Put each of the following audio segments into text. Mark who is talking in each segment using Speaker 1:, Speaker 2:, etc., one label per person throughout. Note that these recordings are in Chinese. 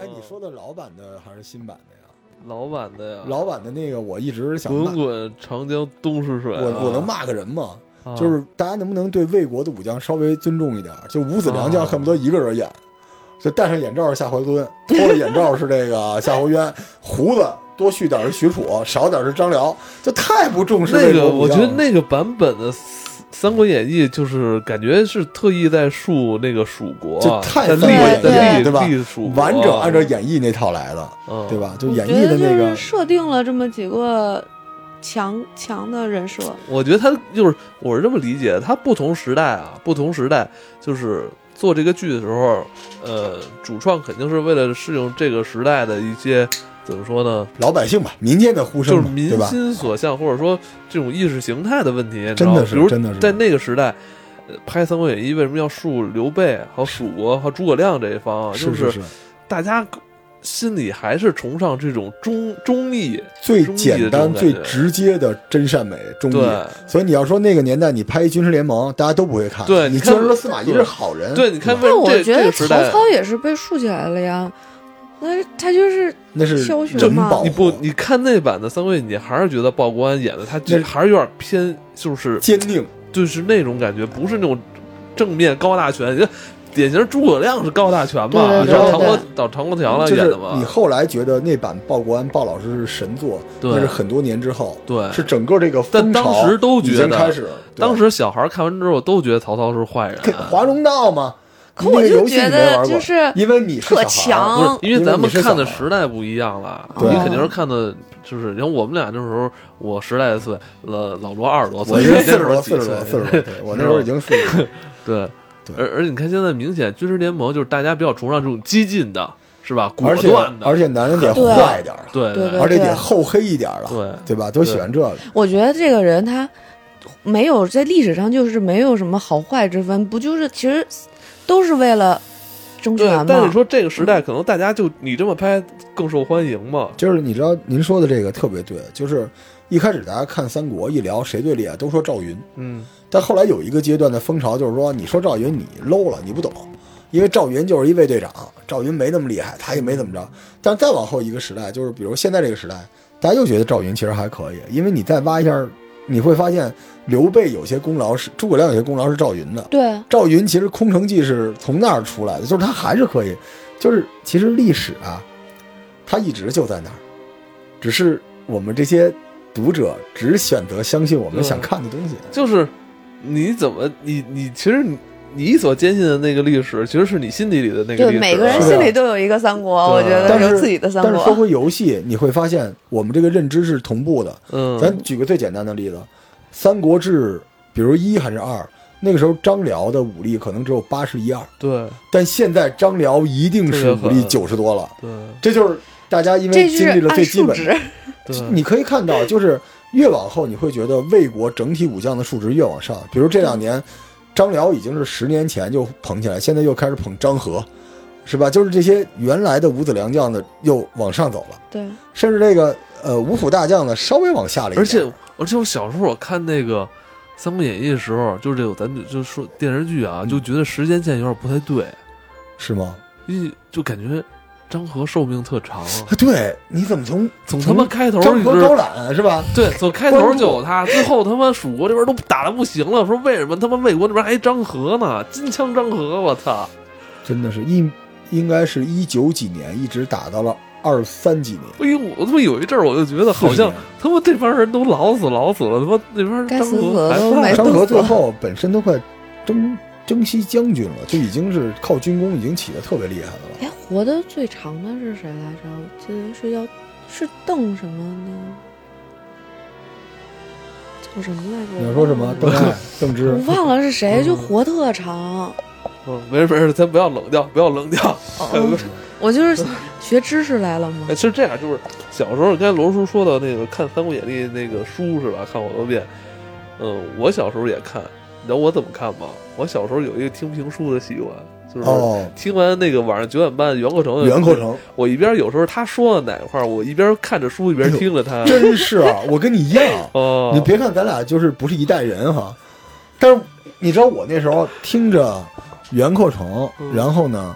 Speaker 1: 哎你说的老版的还是新版的呀？
Speaker 2: 老版的呀，
Speaker 1: 老版的那个我一直想骂
Speaker 2: 滚，滚长江东逝水啊，
Speaker 1: 我我能骂个人吗？
Speaker 2: 啊
Speaker 1: 就是大家能不能对魏国的武将稍微尊重一点儿？就五子良将
Speaker 2: 啊
Speaker 1: 恨不得一个人演，就戴上眼罩是夏侯惇，脱了眼罩是这个夏侯渊，胡子多续点儿是许褚，少点儿是张辽，就太不重视
Speaker 2: 那
Speaker 1: 魏
Speaker 2: 个，
Speaker 1: 国武
Speaker 2: 我觉
Speaker 1: 将
Speaker 2: 得
Speaker 1: 了
Speaker 2: 那个版本的《三三国演义》就是感觉是特意在述那个蜀国啊，
Speaker 1: 就太
Speaker 2: 在
Speaker 1: 三
Speaker 2: 立
Speaker 1: 国演
Speaker 2: 在
Speaker 1: 义
Speaker 2: 立
Speaker 1: 对吧
Speaker 2: 立蜀国啊
Speaker 1: 完整按照演义那套来的，
Speaker 2: 嗯
Speaker 1: 对吧？就
Speaker 3: 我
Speaker 1: 演
Speaker 3: 觉
Speaker 1: 义的
Speaker 3: 得就
Speaker 1: 那个
Speaker 3: 是设定了这么几个强强的人设，
Speaker 2: 我觉得他就是我是这么理解，他不同时代啊，不同时代就是做这个剧的时候，呃，主创肯定是为了适应这个时代的一些怎么说呢，
Speaker 1: 老百姓吧，民间的呼
Speaker 2: 就
Speaker 1: 声
Speaker 2: 是
Speaker 1: 嘛，
Speaker 2: 民
Speaker 1: 对吧？
Speaker 2: 心所向，或者说这种意识形态的问题，你知
Speaker 1: 真
Speaker 2: 道吗
Speaker 1: 的是
Speaker 2: 比如
Speaker 1: 真的是
Speaker 2: 在那个时代。呃拍《三国演义》为什么要述刘备和蜀国和诸葛亮这一方啊？就是
Speaker 1: 是，
Speaker 2: 大家心里还是崇尚这种忠忠义，
Speaker 1: 最
Speaker 2: 中立的
Speaker 1: 简单、
Speaker 2: 这种
Speaker 1: 最
Speaker 2: 感觉
Speaker 1: 直接的真善美忠义。
Speaker 2: 对
Speaker 1: 所以你要说那个年代，你拍一军事联盟，大家都不会看。
Speaker 2: 对
Speaker 1: 你
Speaker 2: 你
Speaker 1: 虽
Speaker 2: 看
Speaker 1: 然说司马懿是好人，
Speaker 2: 对。你看，为
Speaker 3: 但
Speaker 2: 什么
Speaker 3: 我
Speaker 2: 这
Speaker 3: 觉
Speaker 2: 这
Speaker 3: 得
Speaker 2: 个
Speaker 3: 曹
Speaker 2: 时代，
Speaker 3: 操也是被竖起来了呀，那他就是
Speaker 1: 那是
Speaker 3: 枭雄
Speaker 1: 人
Speaker 3: 嘛
Speaker 1: 保护
Speaker 2: 你不你看那版的《三国演义》，你还是觉得报国安演的他
Speaker 1: 那
Speaker 2: 就还是有点偏，就是
Speaker 1: 坚定，
Speaker 2: 就是那种感觉，不是那种正面高大全。你看典型诸葛亮是高大全嘛，
Speaker 3: 对
Speaker 1: 对对
Speaker 2: 然
Speaker 1: 对
Speaker 2: 后唐
Speaker 1: 对
Speaker 2: 国找唐国强了
Speaker 1: 就
Speaker 2: 演
Speaker 1: 是
Speaker 2: 的嘛
Speaker 1: 你，后来觉得那版鲍国安鲍老师是神作，
Speaker 2: 对
Speaker 1: 那是很多年之后，
Speaker 2: 对
Speaker 1: 是整个这个风
Speaker 2: 但
Speaker 1: 潮
Speaker 2: 当时都
Speaker 1: 已
Speaker 2: 觉
Speaker 1: 经
Speaker 2: 得
Speaker 1: 开始，对
Speaker 2: 当时小孩看完之后都觉得曹操是坏人，啊
Speaker 1: 跟华容道嘛，
Speaker 3: 可我
Speaker 1: 那个
Speaker 3: 就
Speaker 1: 游戏
Speaker 3: 觉
Speaker 1: 你没
Speaker 3: 得
Speaker 1: 玩过
Speaker 3: 就是
Speaker 1: 因为你是
Speaker 3: 特
Speaker 1: 小孩儿
Speaker 3: 强
Speaker 2: 不是因
Speaker 1: 因
Speaker 2: 为
Speaker 1: 为
Speaker 2: 咱们
Speaker 1: 你是
Speaker 2: 看的
Speaker 1: 小孩
Speaker 2: 时代不一样了，你
Speaker 1: 对啊
Speaker 2: 肯定是看的，就是你看我们俩那时候，我十来岁，老老罗二十多
Speaker 1: 我
Speaker 2: 岁，
Speaker 1: 因
Speaker 2: 你
Speaker 1: 为
Speaker 2: 那
Speaker 1: 四十
Speaker 2: 时候
Speaker 1: 多，
Speaker 2: 几
Speaker 1: 四十
Speaker 2: 岁
Speaker 1: 多，四十多，对我那时候已经四十多，
Speaker 2: 对，
Speaker 1: 对
Speaker 2: 而而你看现在明显军事联盟就是大家比较崇尚这种激进的，是吧？果
Speaker 1: 而且
Speaker 2: 断的，
Speaker 1: 而且男人得
Speaker 3: 对
Speaker 1: 坏一点了，
Speaker 2: 对
Speaker 3: 对对
Speaker 1: 而且得厚黑一点了，
Speaker 2: 对
Speaker 1: 对吧？都喜欢这个，
Speaker 3: 我觉得这个人他没有在历史上就是没有什么好坏之分，不就是其实都是为了争权
Speaker 2: 对
Speaker 3: 嘛。
Speaker 2: 但你说这个时代，可能大家就你这么拍更受欢迎嘛？
Speaker 1: 就是你知道您说的这个特别对，就是一开始大家看三国一聊谁最厉害，都说赵云，
Speaker 2: 嗯，
Speaker 1: 但后来有一个阶段的风潮就是说，你说赵云你 low 了，你不懂，因为赵云就是一卫队长，赵云没那么厉害，他也没怎么着。但再往后一个时代，就是比如现在这个时代，大家又觉得赵云其实还可以，因为你再挖一下，你会发现刘备有些功劳是诸葛亮有些功劳是赵云的，
Speaker 3: 对，
Speaker 1: 赵云其实《空城计》是从那儿出来的，就是他还是可以，就是其实历史啊，它一直就在那儿，只是我们这些读者只选择相信我们
Speaker 2: 对
Speaker 1: 想看的东
Speaker 3: 嗯
Speaker 1: 西。
Speaker 2: 就是你怎么你你其实你你所坚信的那个历史，其实是你心底里的那个
Speaker 3: 对
Speaker 2: 历史。啊
Speaker 3: 每个人
Speaker 1: 是的
Speaker 3: 心里都有一个三国，
Speaker 2: 对
Speaker 3: 我觉得
Speaker 1: 但
Speaker 3: 有
Speaker 1: 是
Speaker 3: 自己的三
Speaker 1: 但是说
Speaker 3: 国。
Speaker 1: 回游戏，你会发现我们这个认知是同步的。
Speaker 2: 嗯，
Speaker 1: 咱举个最简单的例子，《三国志》，比如一还是二，那个时候张辽的武力可能只有八十一二，
Speaker 2: 对
Speaker 1: 但现在张辽一定是武力
Speaker 2: 特
Speaker 1: 九十多了。
Speaker 2: 对
Speaker 1: 这就是大家因
Speaker 3: 这
Speaker 1: 为
Speaker 3: 就
Speaker 1: 经历
Speaker 3: 是
Speaker 1: 了
Speaker 3: 按
Speaker 1: 最基
Speaker 3: 数
Speaker 1: 本的
Speaker 3: 值，
Speaker 2: 对，
Speaker 1: 你可以看 到，就是越往后，你会觉得魏国整体武将的数值越往上。比如这两年，张辽已经是十年前就捧起来，现在又开始捧张合，是吧？就是这些原来的五子良将的又往上走了，
Speaker 3: 对，
Speaker 1: 甚至这个呃五虎大将呢稍微往下了一点。
Speaker 2: 而且而且我小时候我看那个《三国演义》的时候，就是这个咱就就说电视剧啊，
Speaker 1: 嗯
Speaker 2: 就觉得时间线有点不太对，
Speaker 1: 是吗？
Speaker 2: 一就感觉张合寿命特 长，
Speaker 1: 啊，对，你怎么从
Speaker 2: 从他妈开头
Speaker 1: 张
Speaker 2: 就
Speaker 1: 合高
Speaker 2: 是。
Speaker 1: 览是吧？
Speaker 2: 对，从开头就有他，最后他妈蜀国这边都打的不行了，说为什么他妈魏国那边还一张合呢？金枪张合，我操！
Speaker 1: 真的是一应该是一九几年一直打到了二三几年。
Speaker 2: 哎呦，我他妈有一阵儿我就觉得好
Speaker 1: 40
Speaker 2: 像
Speaker 1: 年
Speaker 2: 他妈这帮人都老死老死了，他妈那边
Speaker 3: 该
Speaker 2: 张
Speaker 3: 死死
Speaker 2: 合
Speaker 3: 的
Speaker 2: 还
Speaker 3: 都
Speaker 2: 在
Speaker 3: 没
Speaker 1: 张
Speaker 3: 都
Speaker 1: 合
Speaker 3: 死
Speaker 1: 最
Speaker 3: 了
Speaker 1: 后本身都快征征西将军了，就已经是靠军功已经起得特别厉害的了。
Speaker 3: 哎，活得最长的是谁来着？我记得是叫是邓什么那个，叫什么来着？
Speaker 1: 你要说什么？
Speaker 3: 我
Speaker 1: 邓
Speaker 3: 忘了
Speaker 1: 艾、邓芝
Speaker 3: 我，忘了是谁，
Speaker 2: 嗯
Speaker 3: 就活特长。
Speaker 2: 嗯，没事没事，咱不要冷掉，不要冷掉。
Speaker 3: 嗯 我就是学知识来了嘛
Speaker 2: 哎，。是这样，就是小时候，刚才罗叔说到那个看《三国演义》那个书是吧？看好多遍。嗯，我小时候也看，你知道我怎么看吗？我小时候有一个听评书的习惯，就是
Speaker 1: 哦
Speaker 2: 听完那个晚上九点半袁阔成的
Speaker 1: 袁阔，成，
Speaker 2: 我一边有时候他说的哪块儿，我一边看着书一边听着他。
Speaker 1: 真是啊，我跟你一样。
Speaker 2: 哦，
Speaker 1: 哎你别看咱俩就是不是一代人哈，但是你知道我那时候听着袁阔成，
Speaker 2: 嗯
Speaker 1: 然后呢，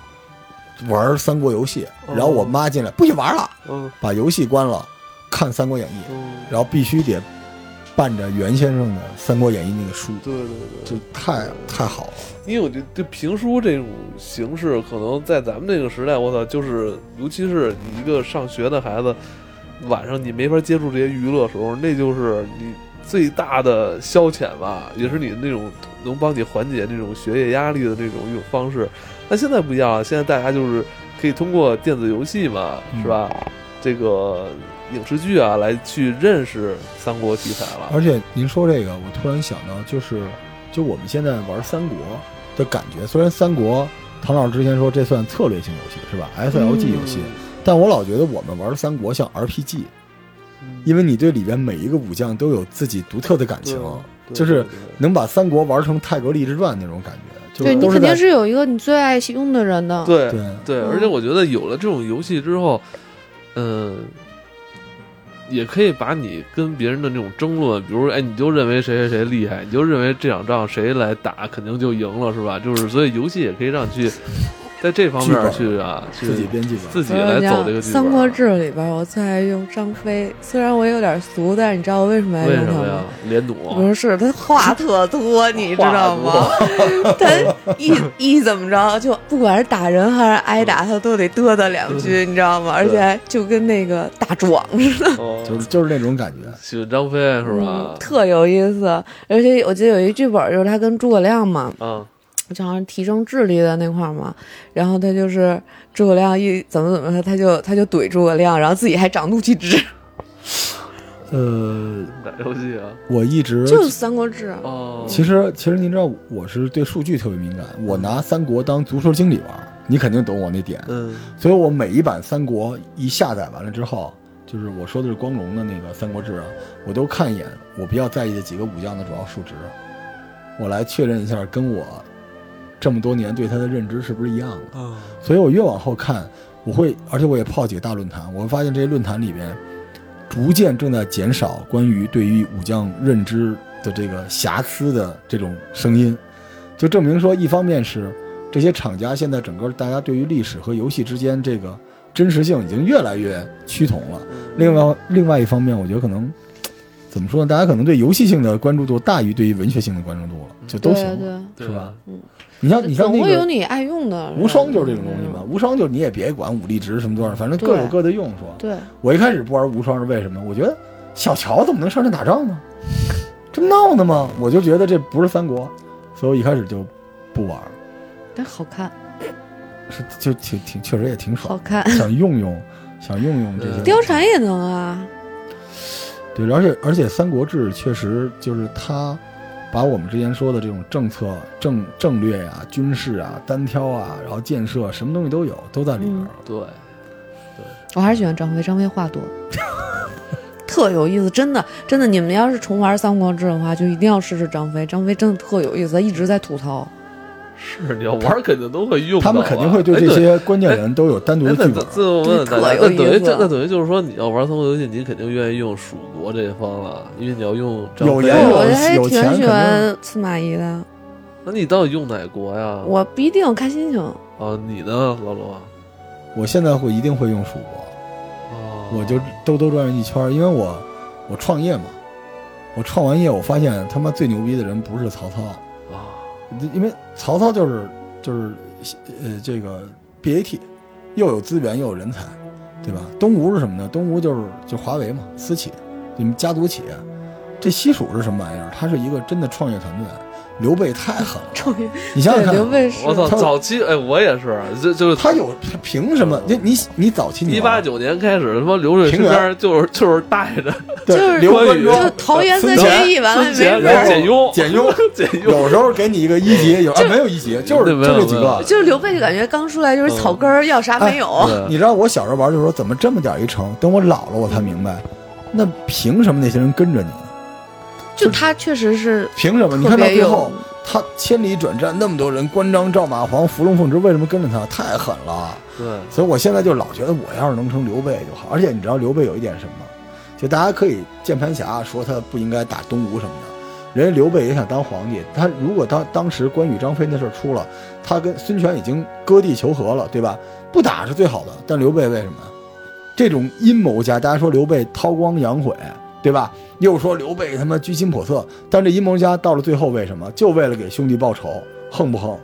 Speaker 1: 玩三国游戏，然后我妈进来不许玩了，
Speaker 2: 嗯
Speaker 1: 把游戏关了，看《三国演义》，
Speaker 2: 嗯，
Speaker 1: 然后必须得伴着袁先生的《三国演义》那个书，
Speaker 2: 对对对。
Speaker 1: 就太太好了。
Speaker 2: 因为我觉得这评书这种形式，可能在咱们这个时代，我操，就是尤其是你一个上学的孩子，晚上你没法接触这些娱乐时候，那就是你最大的消遣吧，也是你那种能帮你缓解那种学业压力的那种一种方式。但现在不一样了，现在大家就是可以通过电子游戏嘛，是吧？
Speaker 1: 嗯
Speaker 2: 这个影视剧啊，来去认识三国题材了。
Speaker 1: 而且您说这个，我突然想到，就是就我们现在玩三国的感觉，虽然三国唐老师之前说这算策略性游戏是吧？SLG 游戏，但我老觉得我们玩三国像 RPG，
Speaker 2: 嗯，
Speaker 1: 因为你对里边每一个武将都有自己独特的感
Speaker 2: 对
Speaker 1: 情，
Speaker 2: 对
Speaker 1: 就是
Speaker 2: 对对
Speaker 1: 能把三国玩成泰格立志传那种感觉，就
Speaker 3: 对
Speaker 1: 是
Speaker 3: 你
Speaker 1: 都是
Speaker 3: 肯定
Speaker 1: 在
Speaker 3: 是有一个你最爱用的人的。
Speaker 2: 对
Speaker 1: 对
Speaker 2: 对，
Speaker 3: 嗯
Speaker 2: 而且我觉得有了这种游戏之后，嗯、也可以把你跟别人的那种争论，比如说哎，你就认为谁谁谁厉害，你就认为这场仗谁来打肯定就赢了，是吧？就是所以游戏也可以让你去在这方面
Speaker 1: 剧
Speaker 2: 去啊，去
Speaker 1: 自己编辑
Speaker 2: 自
Speaker 1: 本。
Speaker 2: 己来走这个剧本。
Speaker 3: 嗯
Speaker 2: 啊
Speaker 3: 三国志》里边，我最爱用张飞。虽然我有点俗，但是你知道我为什么爱
Speaker 2: 为
Speaker 3: 用
Speaker 2: 什
Speaker 3: 他
Speaker 2: 么
Speaker 3: 吗
Speaker 2: 呀？？连弩啊
Speaker 3: 不是，他话特多，你知道吗
Speaker 2: 话？
Speaker 3: 他一一怎么着，就不管是打人还是挨打，他都得嘚瑟两句，你知道吗？而且就跟那个大壮似的，
Speaker 2: 哦
Speaker 1: 就是就是那种感觉，
Speaker 2: 喜欢张飞是吧？
Speaker 3: 特有意思。而且我记得有一剧本，就是他跟诸葛亮嘛，
Speaker 2: 啊，
Speaker 3: 就好像提升智力的那块儿嘛，然后他就是诸葛亮一怎么怎么着，他就他就怼诸葛亮，然后自己还长怒气值，
Speaker 1: 呃，
Speaker 2: 打游戏啊，
Speaker 1: 我一直
Speaker 3: 就是《三国志》啊。
Speaker 2: 哦，
Speaker 1: 其实，其实您知道，我是对数据特别敏感。我拿三国当足球经理玩儿，你肯定懂我那点。
Speaker 2: 嗯
Speaker 1: 所以我每一版三国一下载完了之后，就是我说的是光荣的那个《三国志》啊，我都看一眼我比较在意的几个武将的主要数值，我来确认一下跟我这么多年对他的认知是不是一样的。
Speaker 2: 啊，
Speaker 1: 所以我越往后看，我会，而且我也泡几个大论坛，我会发现这些论坛里边，逐渐正在减少关于对于武将认知的这个瑕疵的这种声音，就证明说，一方面是这些厂家现在整个大家对于历史和游戏之间这个真实性已经越来越趋同了，另外另外一方面，我觉得可能。怎么说呢？大家可能对游戏性的关注度大于对于文学性的关注度了，就都行了。
Speaker 2: 对
Speaker 3: 对
Speaker 1: 是吧
Speaker 2: 啊？
Speaker 1: 你像你像那
Speaker 3: 总
Speaker 1: 个
Speaker 3: 会有你爱用的。
Speaker 1: 无双就是这种东西嘛，无双就是你也别管武力值什么多少，反正各有各的用处。
Speaker 3: 嗯对，
Speaker 1: 我一开始不玩无双是为什么？我觉得小乔怎么能上阵打仗呢？这不闹呢吗？我就觉得这不是三国，所以我一开始就不玩，
Speaker 3: 但好看，
Speaker 1: 是就挺挺确实也挺
Speaker 3: 好
Speaker 1: 爽，
Speaker 3: 看。
Speaker 1: 想用用想用用这些。
Speaker 3: 貂蝉也能啊，
Speaker 1: 对，而且而且《三国志》确实就是它把我们之前说的这种政策、政政略啊、军事啊、单挑啊，然后建设什么东西都有，都在里边
Speaker 3: 嗯
Speaker 1: 儿。
Speaker 2: 对，
Speaker 3: 我还是喜欢张飞，张飞话 多，特有意思，真的真的。你们要是重玩《三国志》的话，就一定要试试张飞，张飞真的特有意思，他一直在吐槽。
Speaker 2: 是你要玩儿肯定都会用到
Speaker 1: 他
Speaker 2: 啊，
Speaker 1: 们肯定会对
Speaker 2: 哎
Speaker 1: 这些关键人都有单独
Speaker 2: 哎
Speaker 1: 的
Speaker 2: 那
Speaker 1: 剧
Speaker 2: 那
Speaker 1: 本。
Speaker 2: 这我问问大
Speaker 3: 对
Speaker 2: 家，
Speaker 3: 特
Speaker 2: 那
Speaker 3: 有
Speaker 2: 等于
Speaker 3: 意思
Speaker 2: 这那等于就是说，你要玩三国游戏，你肯定愿意用蜀国这一方了，因为你要用张
Speaker 1: 有
Speaker 2: 飞
Speaker 1: 颜
Speaker 2: 啊
Speaker 1: 有
Speaker 3: 我还
Speaker 1: 哎有钱
Speaker 3: 挺喜
Speaker 1: 肯
Speaker 3: 欢司马懿的，
Speaker 2: 那你到底用哪国呀？
Speaker 3: 我不一定看心情。
Speaker 2: 啊，你呢，老罗？
Speaker 1: 我现在会一定会用蜀国，
Speaker 2: 哦，
Speaker 1: 我就兜兜转转一圈儿，因为我我创业嘛，我创完业，我发现他妈最牛逼的人不是曹操，
Speaker 2: 啊，
Speaker 1: 因为曹操就是就是呃这个 BAT，又有资源又有人才，对吧？东吴是什么呢？东吴就是就华为嘛，私企，你们家族企业。这西蜀是什么玩意儿？它是一个真的创业团队。刘备太狠了，
Speaker 3: 终于，
Speaker 1: 你想想
Speaker 3: 对
Speaker 1: 看，
Speaker 3: 刘备是
Speaker 2: 我操，
Speaker 1: 他
Speaker 2: 早期哎，我也是，就就是
Speaker 1: 他有他凭什么？你你你早期你
Speaker 2: 嗯一
Speaker 1: 玩
Speaker 2: 八九年开始，他妈流水身
Speaker 1: 平原
Speaker 2: 边就是就是带着
Speaker 1: 对
Speaker 3: 就是
Speaker 1: 刘
Speaker 2: 关
Speaker 1: 关
Speaker 2: 羽
Speaker 1: 中
Speaker 3: 就桃园三
Speaker 1: 孙
Speaker 3: 结
Speaker 1: 权哎
Speaker 3: 义完了
Speaker 2: 孙
Speaker 3: 没事
Speaker 2: 权
Speaker 1: 然
Speaker 3: 儿，
Speaker 1: 后
Speaker 2: 简雍
Speaker 1: 简雍
Speaker 2: 简雍，
Speaker 1: 有时候给你一个一级，有啊没有一级，就是就
Speaker 2: 没有
Speaker 1: 这几个。
Speaker 3: 就是刘备就感觉刚出来就是草
Speaker 1: 嗯
Speaker 3: 根儿，要啥没有。
Speaker 2: 对
Speaker 1: 你知道我小时候玩就说怎么这么点一城，等我老了我才明白，那凭什么那些人跟着你？
Speaker 3: 就他确实是
Speaker 1: 凭什么？你
Speaker 3: 特
Speaker 1: 看到
Speaker 3: 别
Speaker 1: 最后
Speaker 3: 有，
Speaker 1: 他千里转战那么多人，关张、赵马、黄、伏龙凤之为什么跟着他？太狠了！
Speaker 2: 对，
Speaker 1: 所以我现在就老觉得我要是能成刘备就好。而且你知道刘备有一点什么吗？就大家可以键盘侠说他不应该打东吴什么的，人家刘备也想当皇帝。他如果当当时关羽、张飞那事儿出了，他跟孙权已经割地求和了，对吧？不打是最好的。但刘备为什么呀？这种阴谋家，大家说刘备韬光养晦，对吧？又说刘备他妈居心叵测，但这阴谋家到了最后为什么？就为了给兄弟报仇，横不横？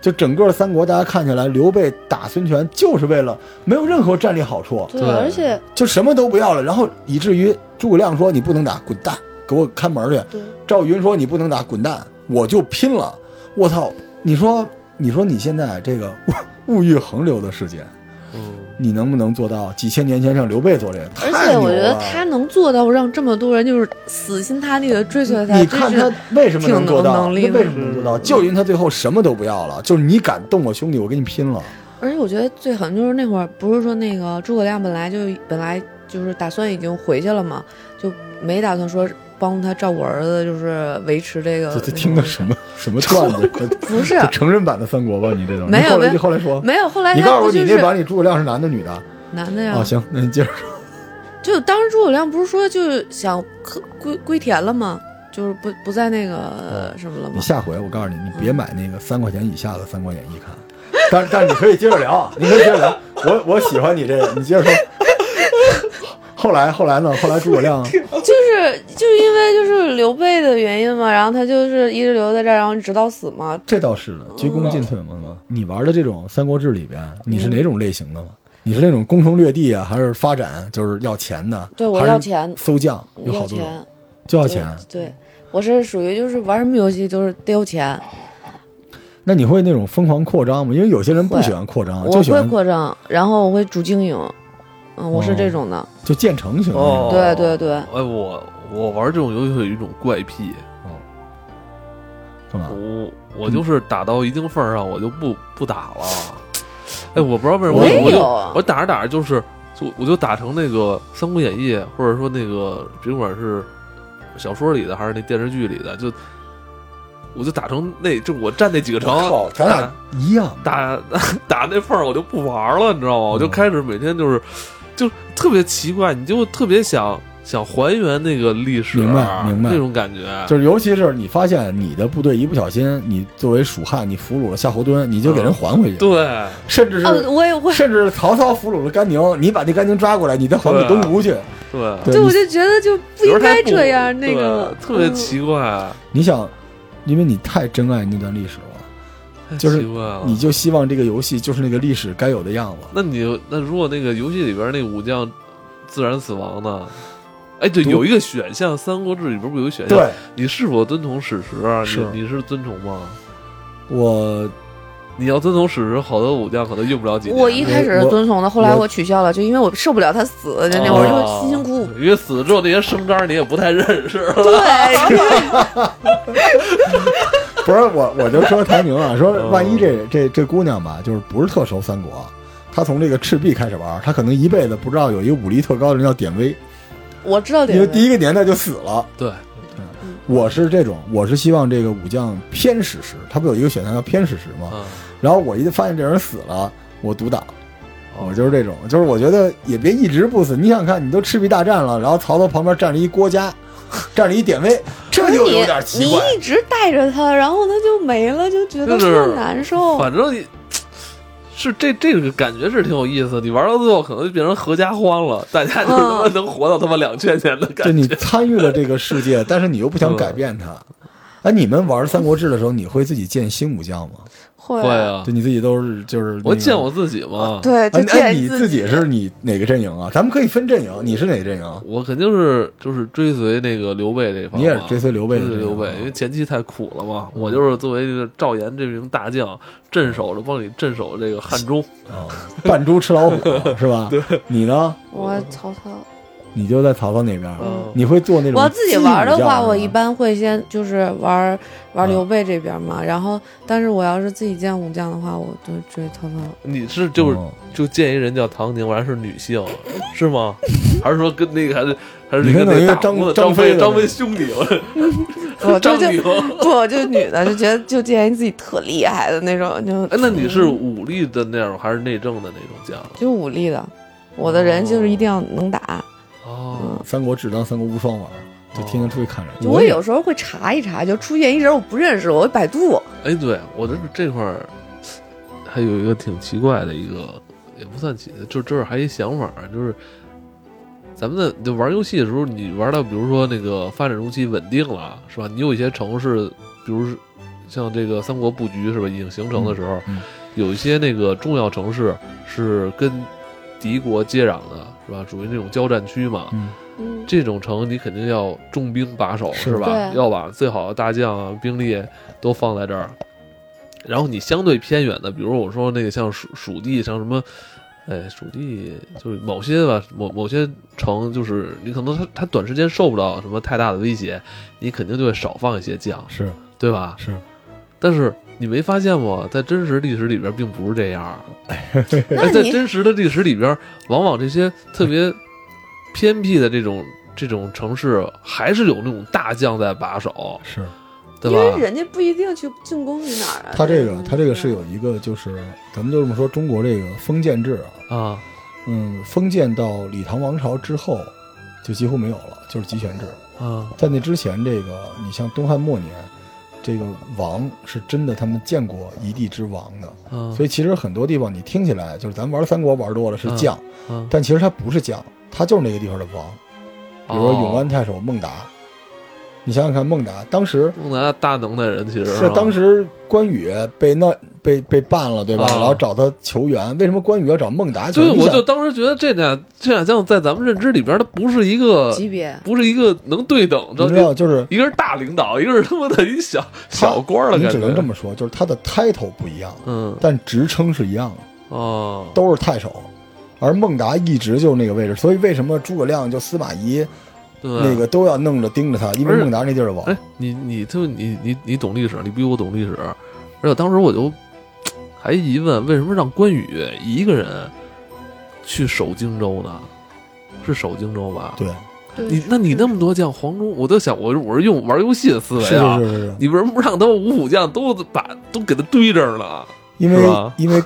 Speaker 1: 就整个三国，大家看起来，刘备打孙权就是为了没有任何战略好处，
Speaker 3: 对，
Speaker 2: 对
Speaker 3: 而且
Speaker 1: 就什么都不要了，然后以至于诸葛亮说你不能打，滚蛋，给我看门去。
Speaker 3: 对
Speaker 1: 赵云说：“你不能打，滚蛋！”我就拼了！我操！你说，你说你现在这个 物物欲横流的世界，
Speaker 2: 嗯，
Speaker 1: 你能不能做到几千年前让刘备做这个？
Speaker 3: 而
Speaker 1: 太
Speaker 3: 且
Speaker 1: 牛
Speaker 3: 我觉得
Speaker 1: 了
Speaker 3: 他能做到让这么多人就是死心塌地的追随他，
Speaker 1: 你
Speaker 3: 这
Speaker 1: 看
Speaker 3: 是
Speaker 1: 他为什么能做
Speaker 3: 挺
Speaker 1: 到？
Speaker 3: 能力的
Speaker 1: 那为什么能做
Speaker 3: 嗯
Speaker 1: 到？就因为他最后什么都不要了，就是你敢动我兄弟，我跟你拼了！
Speaker 3: 而且我觉得最狠就是那会儿，不是说那个诸葛亮本来就本来就是打算已经回去了嘛，就没打算说帮他照顾儿子，就是维持这个。嗯
Speaker 1: 这这听的什么什么段子？
Speaker 3: 不是
Speaker 1: 这成人版的三国吧？你这种
Speaker 3: 没有
Speaker 1: 你后来
Speaker 3: 没有
Speaker 1: 你后来说，
Speaker 3: 没有，后来
Speaker 1: 你
Speaker 3: 他
Speaker 1: 告诉
Speaker 3: 不
Speaker 1: 我
Speaker 3: 就
Speaker 1: 你
Speaker 3: 是
Speaker 1: 那版里诸葛亮是男的女的？
Speaker 3: 男的呀？
Speaker 1: 哦，行，那你接着说。
Speaker 3: 就当时诸葛亮不是说就是想克归归田了吗？就是不不在那个呃什么了吗
Speaker 1: 嗯你？下回我告诉你，你别买那个三块钱以下的《三国演义》看，但但是你可以接着聊啊，你可以接着聊。我我喜欢你这个，你接着说。后来后来呢？后来诸葛亮
Speaker 3: 就是就是因为就是刘备的原因嘛，然后他就是一直留在这儿，然后直到死嘛。
Speaker 1: 这倒是的，鞠躬尽瘁嘛。你玩的这种《三国志》里边，你是哪种类型的吗？你是那种攻城略地啊，还是发展就是要钱的？
Speaker 3: 对我
Speaker 1: 还是
Speaker 3: 要钱
Speaker 1: 搜将有
Speaker 3: 要
Speaker 1: 好多种
Speaker 3: 钱，
Speaker 1: 就要
Speaker 3: 要
Speaker 1: 钱。
Speaker 3: 对，我是属于就是玩什么游戏就是得有钱，
Speaker 1: 啊那你会那种疯狂扩张吗？因为有些人不
Speaker 3: 会
Speaker 1: 喜欢扩张，
Speaker 3: 我
Speaker 1: 就喜
Speaker 3: 会
Speaker 1: 欢哦
Speaker 3: 扩张，然后我会主经营，嗯，我是这种的。
Speaker 1: 就建成型的那
Speaker 2: 哦
Speaker 1: 种。，
Speaker 3: 对对对
Speaker 2: 哎，我我玩这种游戏有一种怪癖，
Speaker 1: 干嘛？
Speaker 2: 我我就是打到一定份儿上，我就不不打了。哎，我不知道为什么，
Speaker 1: 我
Speaker 2: 我
Speaker 1: 也啊
Speaker 2: 就
Speaker 3: 有
Speaker 2: 我打着打着就是，就我就打成那个《三国演义》，或者说那个甭管是小说里的还是那电视剧里的，就我就打成那就我占那几个城
Speaker 1: 我，靠，咱俩
Speaker 2: 嗯
Speaker 1: 一样。
Speaker 2: 打 打那份儿我就不玩了，你知道吗？我就
Speaker 1: 嗯
Speaker 2: 开始每天就是就特别奇怪，你就特别想想还原那个历史，
Speaker 1: 明白明白
Speaker 2: 那种感觉，
Speaker 1: 就是尤其是你发现你的部队一不小心，你作为蜀汉，你俘虏了夏侯惇，你就
Speaker 2: 嗯
Speaker 1: 给人还回去，
Speaker 2: 对。
Speaker 1: 甚至
Speaker 3: 哦，
Speaker 1: 是
Speaker 3: 我也会，
Speaker 1: 甚至是曹操俘虏了甘宁，你把那甘宁抓过来，你再还给
Speaker 2: 对啊
Speaker 1: 东吴去。
Speaker 2: 对，
Speaker 1: 对
Speaker 3: 对，我
Speaker 1: 你，
Speaker 3: 就觉得就不
Speaker 2: 有时
Speaker 3: 应
Speaker 2: 候他
Speaker 3: 该
Speaker 2: 不
Speaker 3: 这样，那
Speaker 2: 对
Speaker 3: 个
Speaker 2: 特别
Speaker 3: 嗯
Speaker 2: 奇怪，
Speaker 1: 你想，因为你太珍爱那段历史了，
Speaker 2: 太
Speaker 1: 嗯就是
Speaker 2: 奇怪了。
Speaker 1: 你就希望这个游戏就是那个历史该有的样子。
Speaker 2: 那你那如果那个游戏里边那武将自然死亡 呢？哎，对，
Speaker 1: 读
Speaker 2: 有一个选项，《三国志》里边不有一个选项？
Speaker 1: 对
Speaker 2: 你是否遵从史实啊？
Speaker 1: 是
Speaker 2: 你你是遵从吗？
Speaker 1: 我，
Speaker 2: 你要遵从史实，好多武将可能用不了几年。
Speaker 3: 我一开始
Speaker 1: 我
Speaker 3: 是
Speaker 1: 我
Speaker 3: 遵从的，后来
Speaker 1: 我
Speaker 3: 我取消了，就因为我受不了他死，就那会儿就辛辛苦苦
Speaker 2: 哦。因为死了之后那些生渣你也不太认识了。
Speaker 3: 对，
Speaker 1: 不是我，我就说唐宁啊，说
Speaker 2: 嗯
Speaker 1: 万一这这这姑娘吧，就是不是特熟三国，她从这个赤壁开始玩，她可能一辈子不知道有一个武力特高的人叫典韦，
Speaker 3: 我知道点。
Speaker 1: 因为第一个年代就死了。
Speaker 2: 对，
Speaker 1: 我是这种，我是希望这个武将偏史实，他不有一个选项叫偏史实吗？
Speaker 2: 嗯，
Speaker 1: 然后我一发现这人死了，我独挡，
Speaker 2: 哦
Speaker 1: 我就是这种，就是我觉得也别一直不死。你想看，你都赤壁大战了，然后曹操旁边站着一郭嘉，站着一典韦，这就有点
Speaker 3: 你
Speaker 1: 奇怪。
Speaker 3: 哎你一直带着他，然后他就没了，就觉
Speaker 2: 就
Speaker 3: 得特
Speaker 2: 是
Speaker 3: 难受。
Speaker 2: 反正你是这这个感觉是挺有意思的。你玩到最后可能就变成合家欢了，大家就他妈
Speaker 3: 嗯
Speaker 2: 能活到他妈两千年的
Speaker 1: 就
Speaker 2: 感
Speaker 1: 你
Speaker 2: 觉。啊
Speaker 1: 参与了这个世界，但是你又不想改变它。
Speaker 2: 嗯
Speaker 1: 哎，你们玩《三国志》的时候，你会自己建新武将吗？
Speaker 3: 会
Speaker 2: 会啊
Speaker 1: 就，你啊自己都是就是、那个、
Speaker 2: 我见我自己嘛，
Speaker 3: 对，就
Speaker 1: 哎哎，
Speaker 3: 见
Speaker 1: 你自己是你哪个阵营啊？咱们可以分阵营，
Speaker 2: 嗯
Speaker 1: 你是哪个阵营？啊
Speaker 2: 我肯定是就是追随那个刘备这一方嘛，
Speaker 1: 你也是追随刘备的啊
Speaker 2: 追随刘备
Speaker 1: 这，个嗯
Speaker 2: 因为前期太苦了嘛。我就是作为这个赵岩这名大将，镇守着帮你镇守这个汉中，
Speaker 1: 啊，扮猪吃 老虎是吧？对，你呢？
Speaker 3: 我曹操。
Speaker 1: 你就在曹操那边儿，
Speaker 2: 嗯
Speaker 1: 你会做那种
Speaker 3: 我要自己玩的话，我一
Speaker 1: 般
Speaker 3: 般会先就是玩
Speaker 1: 嗯
Speaker 3: 玩刘备这边嘛，然后但是我要是自己见武将的话，我就追曹操。
Speaker 2: 你是
Speaker 1: 嗯
Speaker 2: 就是
Speaker 1: 哦
Speaker 2: 就见一人叫唐宁，完是女性，是吗？还是说跟那个还是还是
Speaker 1: 你
Speaker 2: 跟
Speaker 1: 看
Speaker 2: 那
Speaker 1: 等于
Speaker 2: 个大
Speaker 1: 张
Speaker 2: 胡子
Speaker 1: 张
Speaker 2: 张
Speaker 1: 飞
Speaker 2: 飞
Speaker 1: 的
Speaker 2: 张飞兄弟，
Speaker 3: 我
Speaker 2: 张
Speaker 3: 就就
Speaker 2: 宇吗
Speaker 3: 不，我就女的就觉得就见一自己特厉害的那种，就
Speaker 2: 哎，那你是
Speaker 1: 嗯
Speaker 2: 武力的那种还是内政的那种将？
Speaker 3: 就武力的。我的人就是一定要能打，嗯
Speaker 2: 哦，
Speaker 1: 三国志当三国无双玩儿，就天天出去看人。
Speaker 3: 就我有时候会查一查，就出现一人我不认识，我会百度。
Speaker 2: 哎，对我这这块儿还有一个挺奇怪的一个也不算起，就这儿还一想法，就是咱们的就玩游戏的时候，你玩到比如说那个发展中期稳定了，是吧？你有一些城市，比如是像这个三国布局是吧，已经形成的时候，
Speaker 1: 嗯嗯
Speaker 2: 有一些那个重要城市是跟敌国接壤的，是吧？属于那种交战区嘛。
Speaker 1: 嗯，
Speaker 3: 嗯，
Speaker 2: 这种城你肯定要重兵把守，
Speaker 1: 是
Speaker 2: 是吧？
Speaker 3: 对
Speaker 2: 要把最好的大将啊、兵力都放在这儿。然后你相对偏远的，比如我说那个像蜀蜀地，像什么，哎，蜀地就是某些吧，某某些城，就是你可能他他短时间受不了什么太大的威胁，你肯定就会少放一些将，
Speaker 1: 是
Speaker 2: 对吧？
Speaker 1: 是，
Speaker 2: 但是你没发现吗？在真实历史里边并不是这样。
Speaker 3: 那
Speaker 2: 哎，在
Speaker 3: 你
Speaker 2: 真实的历史里边儿，往往这些特别偏僻的这种这种城市，还是有那种大将在把守，
Speaker 1: 是。
Speaker 2: 对
Speaker 3: 因为
Speaker 2: 吧？
Speaker 3: 人家不一定去进攻你哪儿啊。
Speaker 1: 他这
Speaker 3: 对
Speaker 1: 个
Speaker 3: 吧
Speaker 1: 他这个是有一个就是咱们就这么说中国这个封建制啊，
Speaker 2: 啊，
Speaker 1: 嗯，封建到李唐王朝之后就几乎没有了，就是集权制。
Speaker 2: 啊，
Speaker 1: 在那之前，这个你像东汉末年，这个王是真的他们建国一地之王的，
Speaker 2: 啊，
Speaker 3: 嗯
Speaker 1: 所以其实很多地方你听起来就是咱玩三国玩多了
Speaker 3: 嗯
Speaker 1: 是将，
Speaker 2: 啊，
Speaker 1: 但其实他不是将，他就是那个地方的王。比如说
Speaker 2: 哦
Speaker 1: 永安太守孟达，你想想看，孟达当时
Speaker 2: 孟南大能耐人，其实
Speaker 1: 是当时关羽被那被被办了，对吧？
Speaker 2: 啊
Speaker 1: 然后找他求援，为什么关羽要找孟达求
Speaker 2: 对，
Speaker 1: 援？
Speaker 2: 我就当时觉得这俩这俩将在咱们认知里边儿，他不是一个
Speaker 3: 级别，
Speaker 2: 不是一个能对等
Speaker 1: 你
Speaker 2: 的，
Speaker 1: 知道，就是
Speaker 2: 一个是大领导，一个是他妈的一小小官儿的
Speaker 1: 你
Speaker 2: 感
Speaker 1: 只能这
Speaker 2: 觉。
Speaker 1: 么说，就是他的 title 不一样，
Speaker 2: 嗯，
Speaker 1: 但职称是一样的，
Speaker 2: 哦，
Speaker 1: 都是太守。而孟达一直就是那个位置，所以为什么诸葛亮就司马懿
Speaker 2: 对，
Speaker 1: 那个都要弄着盯着他，因为
Speaker 2: 而且
Speaker 1: 孟达那地儿的王。
Speaker 2: 哎，你你就你你你懂历史，你比我懂历史。而且当时我就还疑问，为什么让关羽一个人去守荆州呢？是守荆州吧？
Speaker 1: 对，
Speaker 3: 对
Speaker 2: 你那你那么多将，黄忠，我都想，我我是用玩游戏的思维
Speaker 1: 是
Speaker 2: 啊，
Speaker 1: 是是是，
Speaker 2: 你为什么不让他们五虎将都把都给他堆这儿呢？
Speaker 1: 因
Speaker 2: 是
Speaker 1: 为
Speaker 2: 吧
Speaker 1: 因为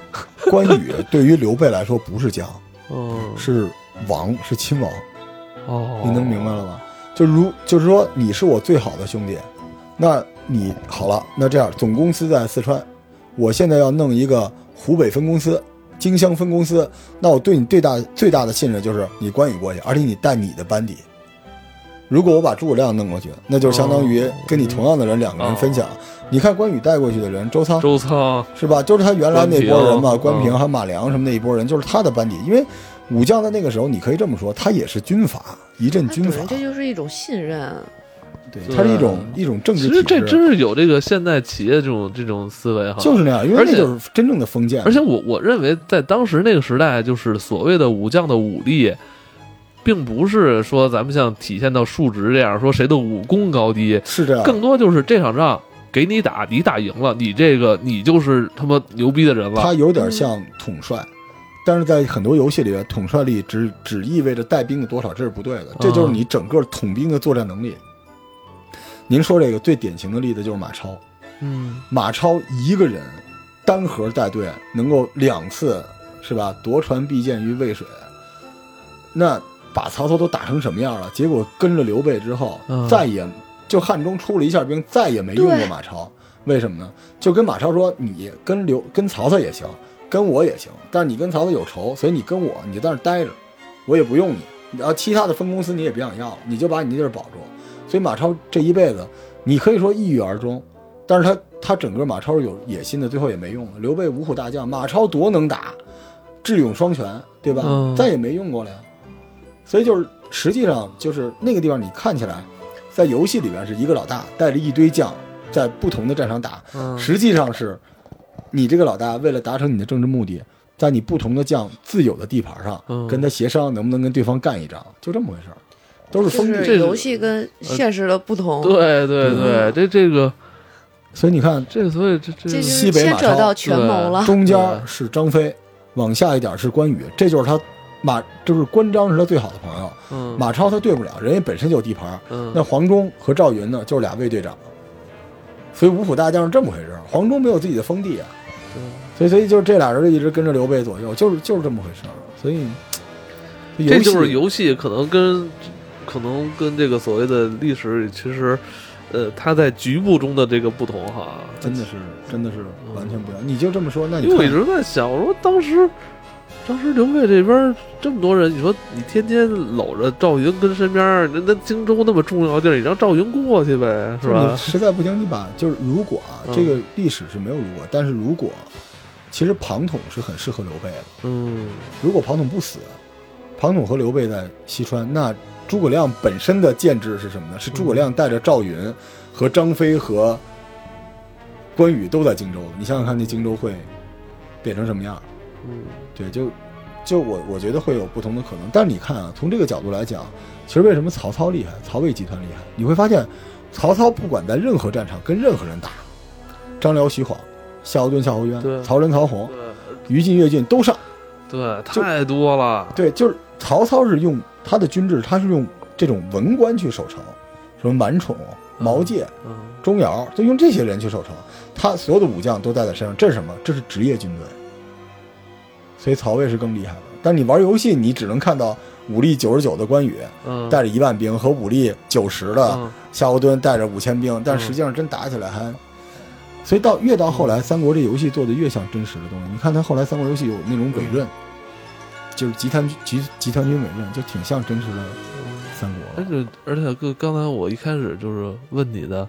Speaker 1: 关羽对于刘备来说不 是将，
Speaker 2: 嗯，
Speaker 1: 是王，是亲王。
Speaker 2: 哦，
Speaker 1: 你能明白了吧？就如就是说，你是我最好的兄弟，那你好了，那这样，总公司在四川，我现在要弄一个湖北分公司、荆襄分公司，那我对你最大最大的信任就是你关羽过去，而且你带你的班底。如果我把诸葛亮弄过去，那就相当于
Speaker 2: 哦
Speaker 1: 跟你同样的人两个人分享。你看关羽带过去的人，周仓
Speaker 2: 周仓，
Speaker 1: 是吧？就是他原来那波人嘛，
Speaker 2: 关
Speaker 1: 关
Speaker 2: 平嗯
Speaker 1: 平还有马良什么那一波人，就是他的班底。因为武将在那个时候，你可以这么说，他也是军阀，一阵
Speaker 3: 他
Speaker 2: 啊
Speaker 1: 军
Speaker 3: 主
Speaker 1: 阀
Speaker 3: 人，这就是一种信任，啊
Speaker 1: 对，
Speaker 2: 对
Speaker 1: 它是一种一种政
Speaker 2: 其
Speaker 1: 治
Speaker 2: 实
Speaker 1: 体
Speaker 2: 这
Speaker 1: 制，
Speaker 2: 真是有这个现代企业这种这种思维哈，
Speaker 1: 就是那样，因为
Speaker 2: 而且
Speaker 1: 那就是真正的封建
Speaker 2: 而。且我我认为，在当时那个时代，就是所谓的武将的武力，并不是说咱们像体现到数值这样说谁的武功高低，
Speaker 1: 是啊这样，
Speaker 2: 更多就是这场仗给你打，你打赢了，你这个你就是他妈牛逼的人了。
Speaker 1: 它有点像统帅，但是在很多游戏里边，统帅力只只意味着带兵的多少，这是不对的，这
Speaker 2: 嗯
Speaker 1: 就是你整个统兵的作战能力。您说这个最典型的例子就是马超，
Speaker 2: 嗯，
Speaker 1: 马超一个人单核带队能够两次是吧夺船必见于渭水，那把曹操都打成什么样了？结果跟着刘备之后，
Speaker 2: 嗯
Speaker 1: 再也就汉中出了一下兵，再也没用过马超。为什么呢？就跟马超说，你跟刘跟曹操也行，跟我也行，但是你跟曹操有仇，所以你跟我你就在那儿待着，我也不用你。然后其他的分公司你也别想要了，你就把你那地儿保住。所以马超这一辈子，你可以说抑郁而终，但是他他整个马超是有野心的，最后也没用了。刘备五虎大将，马超多能打，智勇双全，对吧？
Speaker 2: 嗯
Speaker 1: 再也没用过了呀。所以就是实际上就是那个地方，你看起来在游戏里边是一个老大带着一堆将在不同的战场打，
Speaker 2: 嗯
Speaker 1: 实际上是你这个老大为了达成你的政治目的，在你不同的将自有的地盘上
Speaker 2: 嗯
Speaker 1: 跟他协商，能不能跟对方干一仗，就这么回事儿，都是
Speaker 3: 就
Speaker 1: 封闭。
Speaker 2: 这呃
Speaker 3: 是游戏跟现实的不同。
Speaker 2: 对对对，
Speaker 3: 嗯
Speaker 2: 这这个
Speaker 1: 所以你看，
Speaker 2: 这所以这这
Speaker 3: 这就
Speaker 1: 西
Speaker 3: 是
Speaker 1: 北
Speaker 3: 牵
Speaker 1: 马
Speaker 3: 扯
Speaker 1: 超
Speaker 3: 到权谋了。
Speaker 1: 中
Speaker 2: 对
Speaker 1: 间是张飞，往下一点是关羽，这就是他马，就是关张是他最好的朋友，
Speaker 2: 嗯
Speaker 1: 马超他对不了，人家本身就有地盘儿。
Speaker 2: 嗯
Speaker 1: 那黄忠和赵云呢，就是俩卫队长，所以五虎大将是这么回事儿。黄忠没有自己的封地啊，所以所以就是这俩人就一直跟着刘备左右，就是就是这么回事儿。所以
Speaker 2: 这
Speaker 1: 游戏
Speaker 2: 就是游戏可能跟可能跟这个所谓的历史其实。呃，它在局部中的这个不同哈，
Speaker 1: 真的是真的是完全不一样。你就这么说，那你
Speaker 2: 嗯因为我一
Speaker 1: 看
Speaker 2: 直在想，我说当时当时刘备这边儿这么多人，你说你天天搂着赵云跟身边儿，那那荆州那么重要的地儿，你让赵云过去呗，是
Speaker 1: 就是你
Speaker 2: 吧？
Speaker 1: 实在不行，你把就是如果啊，
Speaker 2: 嗯
Speaker 1: 这个历史是没有如果，但是如果，其实庞统是很适合刘备的。
Speaker 2: 嗯，
Speaker 1: 如果庞统不死，庞统和刘备在西川，那诸葛亮本身的建制是什么呢？是诸
Speaker 2: 嗯
Speaker 1: 葛亮带着赵云和张飞和关羽都在荆州，你想想看，那荆州会变成什么样？
Speaker 2: 嗯
Speaker 1: 对，就就我我觉得会有不同的可能。但是你看啊，从这个角度来讲，其实为什么曹操厉害，曹魏集团厉害？你会发现，曹操不管在任何战场跟任何人打，张辽、徐晃、夏侯惇、夏侯
Speaker 2: 对
Speaker 1: 渊、曹仁、曹洪、
Speaker 2: 对
Speaker 1: 于禁、乐进都上。
Speaker 2: 对，
Speaker 1: 就
Speaker 2: 太多了，
Speaker 1: 对，就是曹操是用他的军制，他是用这种文官去守城，什么满宠、毛玠、
Speaker 2: 嗯
Speaker 1: 钟繇，就用这些人去守城。他所有的武将都带在身上，这是什么？这是职业军队。所以曹魏是更厉害的。但你玩游戏，你只能看到武力九十九的关羽
Speaker 2: 嗯，
Speaker 1: 带着一万兵和武力九十的
Speaker 2: 嗯
Speaker 1: 夏侯惇带着五千兵，但实际上真打起来还……所以到越到后来，三国这游戏做的越像真实的东西。你看他后来三国游戏有那种伪刃，就是集团集集团军伪刃，就挺像真实的
Speaker 2: 嗯
Speaker 1: 三国
Speaker 2: 而
Speaker 1: 了。
Speaker 2: 且而且哥，刚才我一开始就是问你的，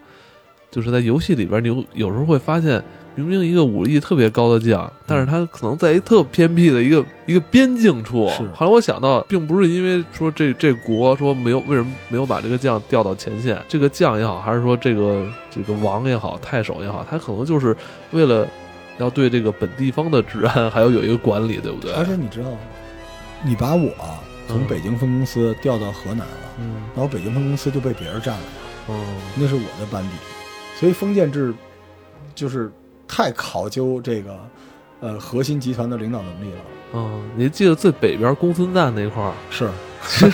Speaker 2: 就是在游戏里边，你有有时候会发现，明明一个武力特别高的将，但是他可能在一特偏僻的一个一个边境处
Speaker 1: 是。
Speaker 2: 后来我想到，并不是因为说这这国说没有为什么没有把这个将调到前线，这个将也好，还是说这个这个王也好，太守也好，他可能就是为了要对这个本地方的治安还要有一个管理，对不对？
Speaker 1: 而且你知道吗？你把我从
Speaker 2: 嗯
Speaker 1: 北京分公司调到河南了，
Speaker 2: 嗯
Speaker 1: 然后北京分公司就被别人占了，
Speaker 2: 嗯
Speaker 1: 那是我的班底。所以封建制就是太考究这个呃核心集团的领导能力了。
Speaker 2: 嗯，你记得最北边公孙瓒那块儿？
Speaker 1: 是，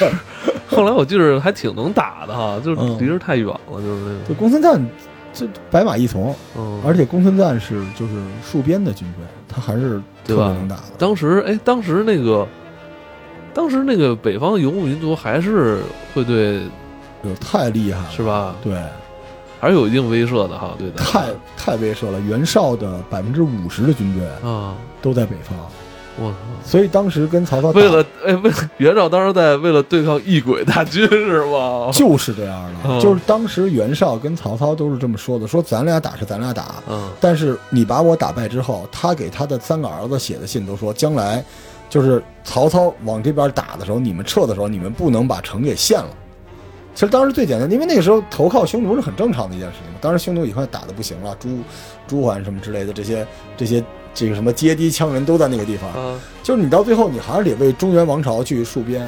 Speaker 2: 后来我记着还挺能打的哈，就是
Speaker 1: 嗯
Speaker 2: 离着太远了，就是那
Speaker 1: 就
Speaker 2: 个，
Speaker 1: 公孙瓒这百马一从，
Speaker 2: 嗯，
Speaker 1: 而且公孙瓒是就是戍边的军队，他还是特
Speaker 2: 对
Speaker 1: 别
Speaker 2: 吧
Speaker 1: 能打的。
Speaker 2: 当时哎，当时那个，当时那个北方游牧民族还是会对
Speaker 1: 有太厉害
Speaker 2: 是
Speaker 1: 了，
Speaker 2: 吧，
Speaker 1: 对，
Speaker 2: 还是有一定威慑的哈，对的，
Speaker 1: 太太威慑了。袁绍的百分之五十的军队
Speaker 2: 啊，
Speaker 1: 都在北方，
Speaker 2: 我操！
Speaker 1: 所以当时跟曹操打
Speaker 2: 为了哎，为了袁绍当时在为了对抗异鬼大军是吧？
Speaker 1: 就是这样的，
Speaker 2: 哦嗯
Speaker 1: 就是当时袁绍跟曹操都是这么说的，说咱俩打是咱俩打，
Speaker 2: 嗯
Speaker 1: 但是你把我打败之后，他给他的三个儿子写的信都说，将来就是曹操往这边打的时候，你们撤的时候，你们不能把城给陷了。其实当时最简单，因为那个时候投靠匈奴是很正常的一件事情嘛。当时匈奴已经打的不行了，朱朱桓什么之类的这些这些这个什么阶梯羌人都在那个地方，
Speaker 2: 啊
Speaker 1: 就是你到最后你还是得为中原王朝去戍边。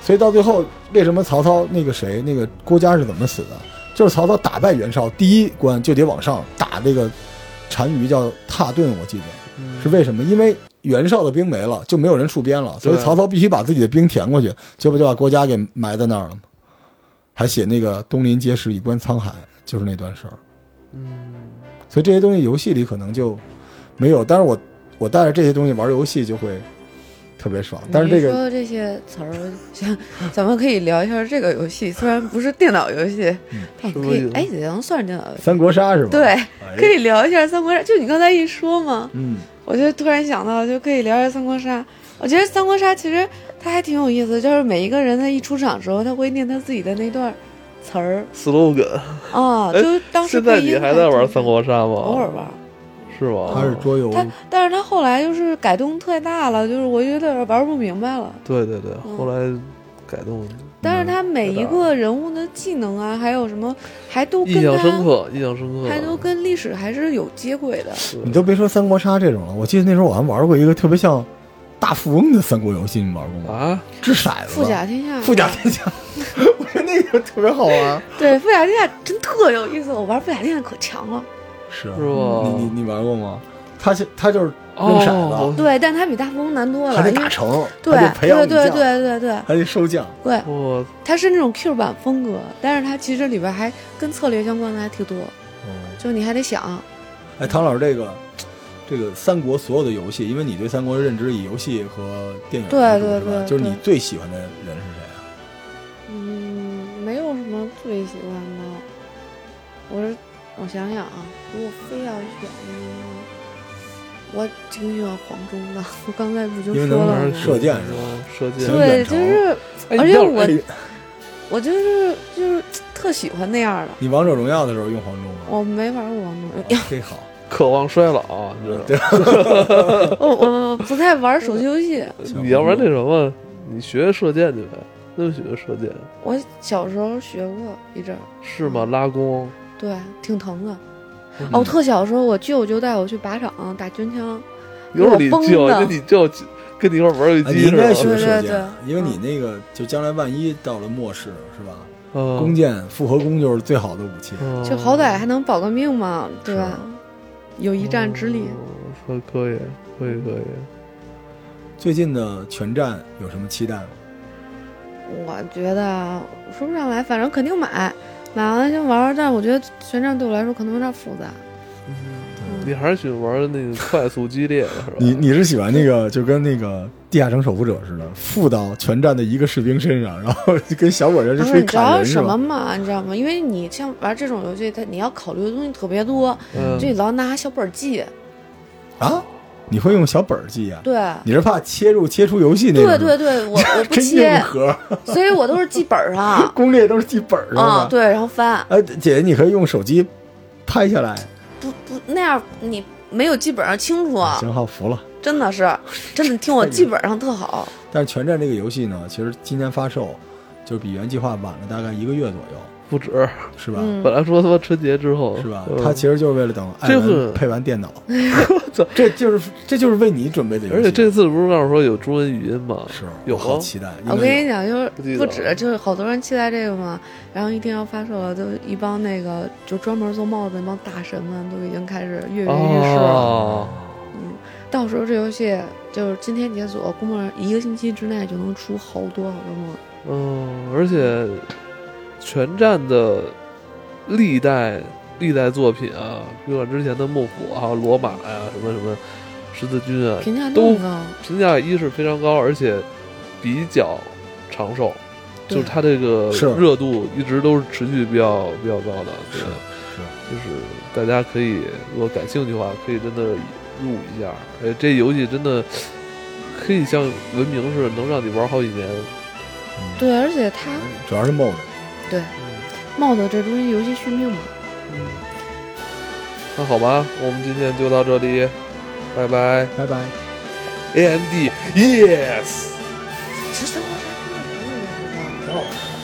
Speaker 1: 所以到最后，为什么曹操那个谁那个郭嘉是怎么死的？就是曹操打败袁绍，第一关就得往上打这个单于叫踏顿，我记得
Speaker 2: 嗯
Speaker 1: 是为什么？因为袁绍的兵没了，就没有人戍边了，所以
Speaker 2: 对
Speaker 1: 曹操必须把自己的兵填过去，结果就把郭嘉给埋在那儿了嘛。还写那个“东临碣石，以观沧海”，就是那段事儿。
Speaker 2: 嗯
Speaker 1: 所以这些东西游戏里可能就没有，但是我我带着这些东西玩游戏就会特别爽。但是这
Speaker 3: 你一
Speaker 1: 个
Speaker 3: 说这些词儿， 像咱们可以聊一下这个游戏，虽然不是电脑游戏，但可以
Speaker 2: 是不是
Speaker 3: 哎，也能算是电脑游戏。
Speaker 1: 三国杀嗯是吧？
Speaker 3: 对，
Speaker 1: 哎，
Speaker 3: 可以聊一下三国杀。就你刚才一说嘛，
Speaker 1: 嗯，
Speaker 3: 我就突然想到，就可以聊一下三国杀。我觉得三国杀其实它还挺有意思的，就是每一个人他一出场的时候，他会念他自己的那段词儿
Speaker 2: ，slogan。
Speaker 3: 啊，
Speaker 2: 哎
Speaker 3: 就是当时
Speaker 2: 现在
Speaker 3: 配
Speaker 2: 你
Speaker 3: 音
Speaker 2: 还
Speaker 3: 版
Speaker 2: 在
Speaker 3: 就
Speaker 2: 玩
Speaker 3: 是
Speaker 2: 三国啊嗯杀吗？
Speaker 3: 偶尔玩。
Speaker 2: 是吗？
Speaker 1: 它是桌游，
Speaker 3: 它但是他后来就是改动太大了，就是我有点玩不明白了。
Speaker 2: 对对对，
Speaker 3: 嗯
Speaker 2: 后来改动
Speaker 3: 但是他每一个人物的技能啊，还有什么，还都跟
Speaker 2: 印象深
Speaker 3: 他
Speaker 2: 刻，印象深刻，
Speaker 3: 还都跟历史还是有接轨的。
Speaker 2: 对
Speaker 1: 你都别说三国杀这种了，我记得那时候我还玩过一个特别像大富翁的三国游戏，你玩过吗？
Speaker 2: 啊，
Speaker 1: 掷骰子，
Speaker 3: 富甲天下，
Speaker 1: 富甲天 下，我觉得那个特别好玩。
Speaker 3: 对富甲天下真特有意思，我玩富甲天下可强了。
Speaker 1: 是
Speaker 2: 是吧？
Speaker 1: 嗯你你你玩过吗？他是他就是扔骰
Speaker 2: 哦
Speaker 1: 子，
Speaker 3: 对，但他比大富翁难多
Speaker 1: 还
Speaker 3: 了，
Speaker 1: 得
Speaker 3: 因为
Speaker 1: 打城，
Speaker 3: 对
Speaker 1: 还得培养
Speaker 3: 对
Speaker 1: 武
Speaker 3: 对
Speaker 1: 将，
Speaker 3: 对对对
Speaker 1: 还得收将。
Speaker 3: 对，
Speaker 2: 我
Speaker 3: 它是那种 Q 版风格，但是它其实里边还跟策略相关的还挺多，
Speaker 1: 哦
Speaker 3: 就你还得想，
Speaker 1: 哎，唐老师，这个这个三国所有的游戏，因为你对三国的认知以游戏和电影
Speaker 3: 对
Speaker 1: 为主
Speaker 3: 对
Speaker 1: 是
Speaker 3: 对
Speaker 1: 吧？就是你
Speaker 3: 对
Speaker 1: 最喜欢的人是谁啊？
Speaker 3: 嗯，没有什么最喜欢的。我是我想想啊，如果非要选一个，我挺喜欢黄忠的，我刚才不就
Speaker 1: 因为
Speaker 3: 说
Speaker 1: 能
Speaker 3: 了
Speaker 1: 玩
Speaker 3: 吗？
Speaker 1: 射箭是吧？
Speaker 2: 吧？射箭，
Speaker 1: 能
Speaker 3: 对，
Speaker 1: 远
Speaker 3: 就
Speaker 1: 程
Speaker 3: 是
Speaker 2: 哎
Speaker 3: 而
Speaker 2: 你
Speaker 3: 且
Speaker 2: 要是
Speaker 3: 我
Speaker 2: 哎
Speaker 3: 我就是就是特喜欢那样的，
Speaker 1: 你王者荣耀的时候用黄忠 吗？
Speaker 3: 我没玩过王 者，
Speaker 1: 这 好，
Speaker 2: 渴望衰老，啊你知道吗
Speaker 1: 对，
Speaker 3: 我我不太玩手机游戏。
Speaker 1: 行
Speaker 2: 你要玩那什么，你学射箭去呗，那学射箭
Speaker 3: 我小时候学过一阵儿，
Speaker 2: 是吗？拉弓，
Speaker 3: 对，挺疼的。
Speaker 1: 嗯
Speaker 3: 哦，特小时候我舅舅带我去靶场打军枪，
Speaker 2: 一会儿你
Speaker 3: 我疯
Speaker 2: 就
Speaker 3: 的
Speaker 2: 跟你就跟你一块儿玩游
Speaker 1: 啊
Speaker 2: 戏
Speaker 1: 你应
Speaker 2: 机
Speaker 1: 该
Speaker 2: 是吧？
Speaker 1: 学射
Speaker 3: 对对嗯
Speaker 1: 箭
Speaker 3: 对，
Speaker 1: 因为你那个就将来万一到了末世是吧？
Speaker 2: 嗯
Speaker 1: 弓箭、复合弓就是最好的武器。
Speaker 2: 嗯
Speaker 3: 就好
Speaker 1: 哦
Speaker 3: 歹还能保个命嘛，对吧？有一战之力。
Speaker 1: 哦
Speaker 2: 嗯可以，可以，可以。
Speaker 1: 最近的全战有什么期待吗？
Speaker 3: 我觉得说不上来，反正肯定买，买完了先玩儿。但是我觉得旋转对我来说可能有点复杂。嗯
Speaker 2: 你还是喜欢玩那个快速激烈的是吧？
Speaker 1: 你你是喜欢那个就跟那个地下城守护者似的，附到全站的一个士兵身上，然后 就跟小伙子
Speaker 3: 不
Speaker 1: 就是非
Speaker 3: 啊你知
Speaker 1: 砍
Speaker 3: 道
Speaker 1: 人是
Speaker 3: 什么
Speaker 1: 吧？
Speaker 3: 吗？你知道吗？因为你像玩这种游戏，它你要考虑的东西特别多，
Speaker 2: 嗯
Speaker 3: 就你老拿小本儿记。
Speaker 1: 啊，你会用小本儿记啊？
Speaker 3: 对，
Speaker 1: 你是怕切入切出游戏那种？
Speaker 3: 对对对，我我不
Speaker 1: 真硬
Speaker 3: 切，
Speaker 1: 核，
Speaker 3: 所以我都是记本儿上
Speaker 1: 攻略都 是记本儿上的。
Speaker 3: 啊，对，然后翻，
Speaker 1: 哎，姐姐，你可以用手机拍下来。
Speaker 3: 不不那样你没有记本上清楚啊，
Speaker 1: 行好，服了。
Speaker 3: 真的 是，真的听我记本上特好。
Speaker 1: 但是《全战》这个游戏呢，其实今年发售，就是比原计划晚了大概一个月左右，
Speaker 2: 不止，
Speaker 1: 是吧？
Speaker 3: 嗯
Speaker 2: 本，来说他妈春节之后
Speaker 1: 是吧？
Speaker 2: 嗯
Speaker 1: 它其实就是为了等艾
Speaker 2: 这个
Speaker 1: 文配完电 脑，这就是这就是为你准备的游戏。
Speaker 2: 而且这次不是告诉说有中文语音吗？
Speaker 1: 是
Speaker 2: 有
Speaker 1: 我好
Speaker 2: 吗？
Speaker 1: 期待。应该
Speaker 3: 我跟你讲，就是
Speaker 2: 不记得
Speaker 3: 不
Speaker 2: 了
Speaker 3: 止，就是好多人期待这个嘛，然后一定要发售了，就一帮那个就专门做帽子那帮大神们都已经开始跃跃欲试了。嗯
Speaker 2: 哦，
Speaker 3: 到时候这游戏就是今天解锁，估摸着一个星期之内就能出好多好多帽子。
Speaker 2: 嗯，而且全站的历代历代作品啊，比如之前的幕府啊、罗马呀、什么什么十字军啊，
Speaker 3: 评价那
Speaker 2: 都
Speaker 3: 么高，
Speaker 2: 评价一是非常高，而且比较长寿，就
Speaker 3: 对
Speaker 2: 是它这个
Speaker 1: 是
Speaker 2: 热度一直都是持续比较比较高的，对
Speaker 1: 是
Speaker 2: 吧，
Speaker 1: 是
Speaker 2: 就是大家可以如果感兴趣的话，可以真的入一下，哎，这游戏真的可以像文明似的，能让你玩好几年，
Speaker 1: 嗯
Speaker 3: 对，而且它
Speaker 1: 主要是 MOD，
Speaker 3: 帽子这东西游戏续命嘛，
Speaker 2: 嗯，那好吧，我们今天就到这里，拜拜
Speaker 1: 拜拜。
Speaker 2: ，AMD，Yes。
Speaker 3: 其实三国杀真的没有
Speaker 1: 挺
Speaker 3: 人玩。
Speaker 1: 好玩的